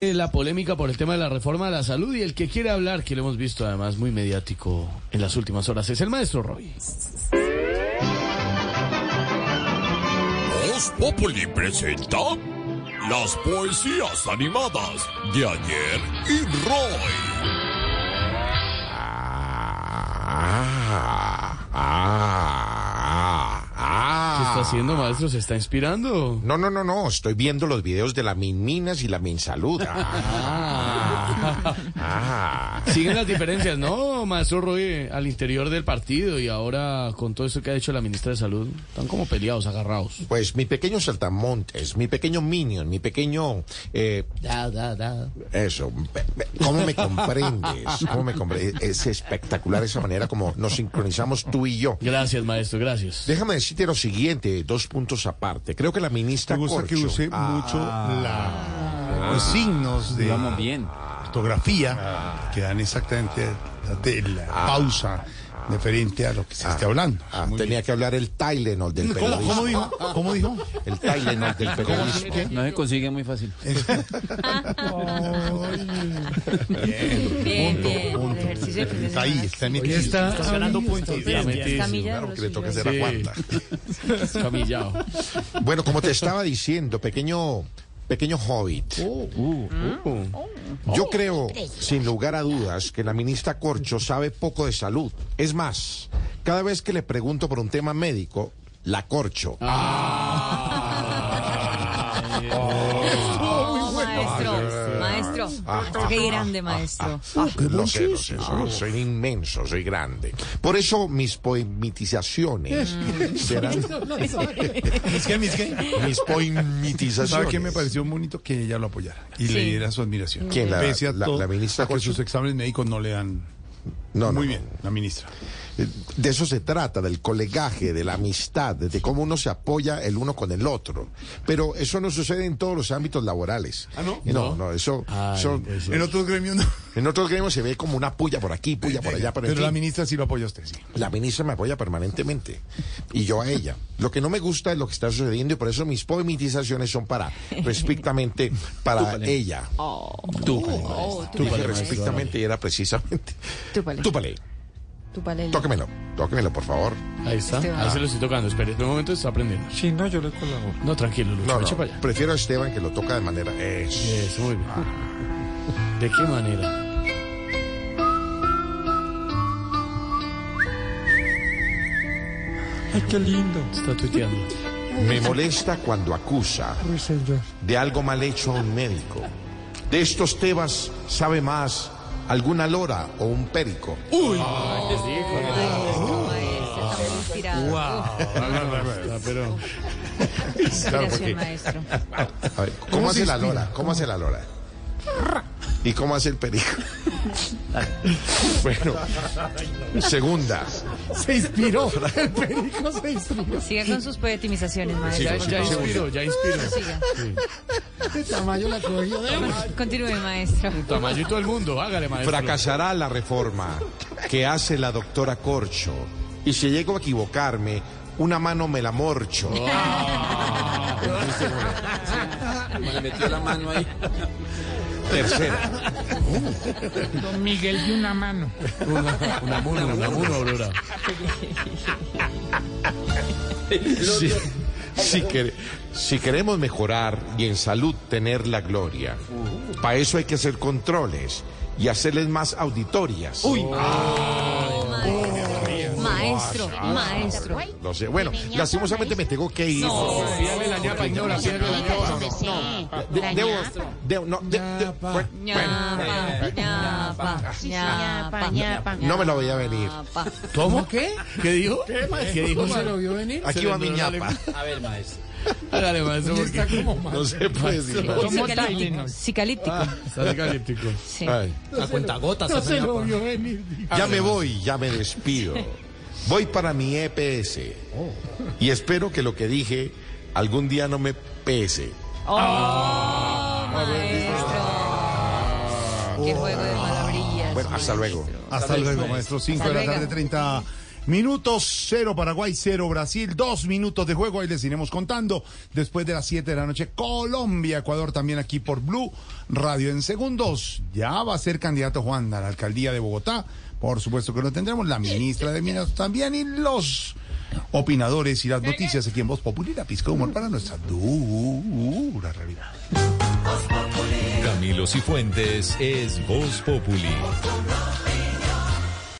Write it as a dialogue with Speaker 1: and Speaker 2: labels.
Speaker 1: Eh, La polémica por el tema de la reforma de la salud y el que quiere hablar, que lo hemos visto además muy mediático en las últimas horas, es el maestro Roy.
Speaker 2: Voz Populi presenta las poesías animadas de ayer y Roy.
Speaker 1: ¿Qué
Speaker 3: Ah.
Speaker 1: está haciendo, maestro? ¿Se está inspirando?
Speaker 4: No, no, no, no. Estoy viendo los videos de la Min Minas y la Min Salud. Ah,
Speaker 1: Siguen las diferencias, ¿no, maestro Roy? Al interior del partido y ahora con todo esto que ha dicho la ministra de Salud, están como peleados, agarrados.
Speaker 4: Pues mi pequeño saltamontes, mi pequeño minion, mi pequeño... eh,
Speaker 1: Da, da, da.
Speaker 4: eso, pe- pe- ¿cómo me comprendes? ¿Cómo me comprendes? Es espectacular esa manera como nos sincronizamos tú y yo.
Speaker 1: Gracias, maestro, gracias.
Speaker 4: Déjame decirte lo siguiente, dos puntos aparte. Creo que la ministra
Speaker 5: Me gusta que
Speaker 4: Corcho-
Speaker 5: use
Speaker 4: Ah,
Speaker 5: mucho la, los signos de ortografía que dan exactamente la, de la pausa referente a lo que se esté hablando.
Speaker 4: ah,
Speaker 5: Muy
Speaker 4: tenía que hablar el Tylenol del
Speaker 5: bien. ¿Cómo,
Speaker 4: periodismo.
Speaker 5: cómo dijo? ¿Cómo dijo?
Speaker 4: El Tylenol del periodismo.
Speaker 3: No se consigue muy fácil.
Speaker 6: Bien,
Speaker 5: Punto,
Speaker 6: bien.
Speaker 5: punto.
Speaker 6: El ejercicio de fin de
Speaker 5: Está ahí,
Speaker 6: semana.
Speaker 5: está nítido. Está sonando
Speaker 6: Pues,
Speaker 1: Está metido,
Speaker 6: Camilla de
Speaker 5: Claro
Speaker 6: los
Speaker 5: que le toca
Speaker 6: suyos.
Speaker 5: hacer la
Speaker 1: Sí.
Speaker 5: cuarta.
Speaker 1: camillado.
Speaker 4: Bueno, como te estaba diciendo, pequeño, pequeño hobbit,
Speaker 5: Oh, uh,
Speaker 4: Oh. yo creo, sin lugar a dudas, que la ministra Corcho sabe poco de salud. Es más, cada vez que le pregunto por un tema médico, la Corcho. Ah,
Speaker 6: Oh,
Speaker 4: Ah,
Speaker 6: maestro, maestro. Qué grande
Speaker 5: Ah,
Speaker 6: maestro.
Speaker 4: ah. lo sé, lo sé, soy, soy inmenso, soy grande. Por eso mis poemitizaciones serán
Speaker 5: ¿Mis qué, mis qué?
Speaker 4: mis poemitizaciones.
Speaker 5: ¿Sabe qué me pareció bonito que ella lo apoyara y
Speaker 6: Sí.
Speaker 5: le diera su admiración?
Speaker 4: ¿Quién, la-
Speaker 5: Pese a
Speaker 4: la-
Speaker 5: todo,
Speaker 4: la ministra
Speaker 5: a que
Speaker 4: Corcho?
Speaker 5: sus exámenes médicos no le dan
Speaker 4: No, no,
Speaker 5: muy
Speaker 4: no.
Speaker 5: bien, la ministra.
Speaker 4: De eso se trata, del colegaje, de la amistad, de cómo uno se apoya el uno con el otro. Pero eso no sucede en todos los ámbitos laborales.
Speaker 5: ¿Ah, no?
Speaker 4: No, no, eso,
Speaker 1: Ay,
Speaker 4: eso-
Speaker 1: eso.
Speaker 5: En otros gremios no.
Speaker 4: en otros gremios se ve como una puya por aquí, puya por allá, pero, en
Speaker 5: Pero la
Speaker 4: fin,
Speaker 5: ministra sí lo apoya a usted, sí.
Speaker 4: la ministra me apoya permanentemente y yo a ella. Lo que no me gusta es lo que está sucediendo y por eso mis poemitizaciones son para, respectivamente, para ella.
Speaker 1: Tú.
Speaker 6: Oh,
Speaker 4: Tú dije
Speaker 6: túpale, maestro.
Speaker 4: respectivamente y era precisamente.
Speaker 6: Túpale.
Speaker 4: Túpale,
Speaker 6: Túpale el-
Speaker 4: tóquemelo, tóquemelo, por favor.
Speaker 1: Ahí está. Ahí se lo estoy tocando. Espere, un momento está aprendiendo.
Speaker 3: Sí, no, yo le colaboro.
Speaker 1: No, tranquilo, Lucho.
Speaker 4: No,
Speaker 1: echa
Speaker 4: no,
Speaker 1: para allá.
Speaker 4: prefiero a Esteban que lo toca de manera... Eso.
Speaker 1: Eso, muy bien. ¿De qué manera?
Speaker 3: Ay, qué lindo.
Speaker 1: Está tuiteando.
Speaker 4: Me molesta cuando acusa de algo mal hecho a un médico. De estos temas sabe más alguna lora o un perico.
Speaker 1: Ah,
Speaker 6: Maestro, maestro, está muy inspirado.
Speaker 1: pero...
Speaker 4: Claro,
Speaker 6: Gracias,
Speaker 4: porque-
Speaker 6: maestro.
Speaker 4: A ver, ¿Cómo hace la lora? ¿Cómo hace la lora? ¿Y cómo hace el perico? Bueno, segunda.
Speaker 1: Se inspiró. El perico se inspiró.
Speaker 6: Siga con sus poetimizaciones,
Speaker 1: Ya,
Speaker 6: maestro.
Speaker 1: ya inspiró, ya inspiró.
Speaker 6: Siga.
Speaker 1: Tamayo la cogió de
Speaker 6: Continúe, maestro.
Speaker 1: Tamayo y todo el mundo. Hágale, maestro.
Speaker 4: Fracasará la reforma que hace la doctora Corcho. Y si llego a equivocarme, una mano me la morcho.
Speaker 3: Como le Ah. metió la mano ahí.
Speaker 4: Tercera.
Speaker 7: Don Miguel de una mano.
Speaker 1: Una, una mula, una mula, Aurora.
Speaker 4: si, si quere- si queremos mejorar y en salud tener la gloria, para eso hay que hacer controles y hacerles más auditorias.
Speaker 6: Maestro, maestro.
Speaker 4: No sé, bueno, lastimosamente me tengo que ir.
Speaker 1: Pídale la ñapa, Ignora, pídale la ñapa.
Speaker 4: De- debo, debo- no, de- de- bueno,
Speaker 6: Ñapa, ñapa, ñapa, ñapa.
Speaker 4: No me la voy a venir.
Speaker 3: Ah.
Speaker 6: ñapa.
Speaker 1: ¿Cómo? ¿Qué? ¿Qué dijo? ¿Qué, maestro? ¿Qué dijo? ¿Se lo vio venir?
Speaker 4: Aquí va mi ñapa.
Speaker 3: A ver, maestro.
Speaker 1: Hágale, maestro, porque...
Speaker 4: No se puede decir más.
Speaker 7: Como
Speaker 6: Cicalíptico.
Speaker 7: Tylenol.
Speaker 6: Cicalíptico.
Speaker 4: Ah.
Speaker 1: Está apocalíptico.
Speaker 6: Sí.
Speaker 4: Ay,
Speaker 7: No se lo vio venir. digo.
Speaker 4: Ya me voy, ya me despido. Voy para mi EPS. Y espero que lo que dije algún día no me pese.
Speaker 6: Oh,
Speaker 4: Ah.
Speaker 6: Maestro. Qué juego de palabrillas.
Speaker 4: Ah. Bueno, hasta luego.
Speaker 5: Hasta luego, maestro. 5 de la
Speaker 6: luego.
Speaker 5: tarde, 30 Minutos cero Paraguay, cero Brasil. Dos minutos de juego, ahí les iremos contando. Después de las 7 de la noche, Colombia, Ecuador también aquí por Blue Radio en segundos. Ya va a ser candidato Juan a la alcaldía de Bogotá. Por supuesto que lo tendremos. La ministra de Minas también y los opinadores y las noticias aquí en Voz Popular. La pizca de humor para nuestra dura realidad.
Speaker 8: Camilo Cifuentes es Voz Populi.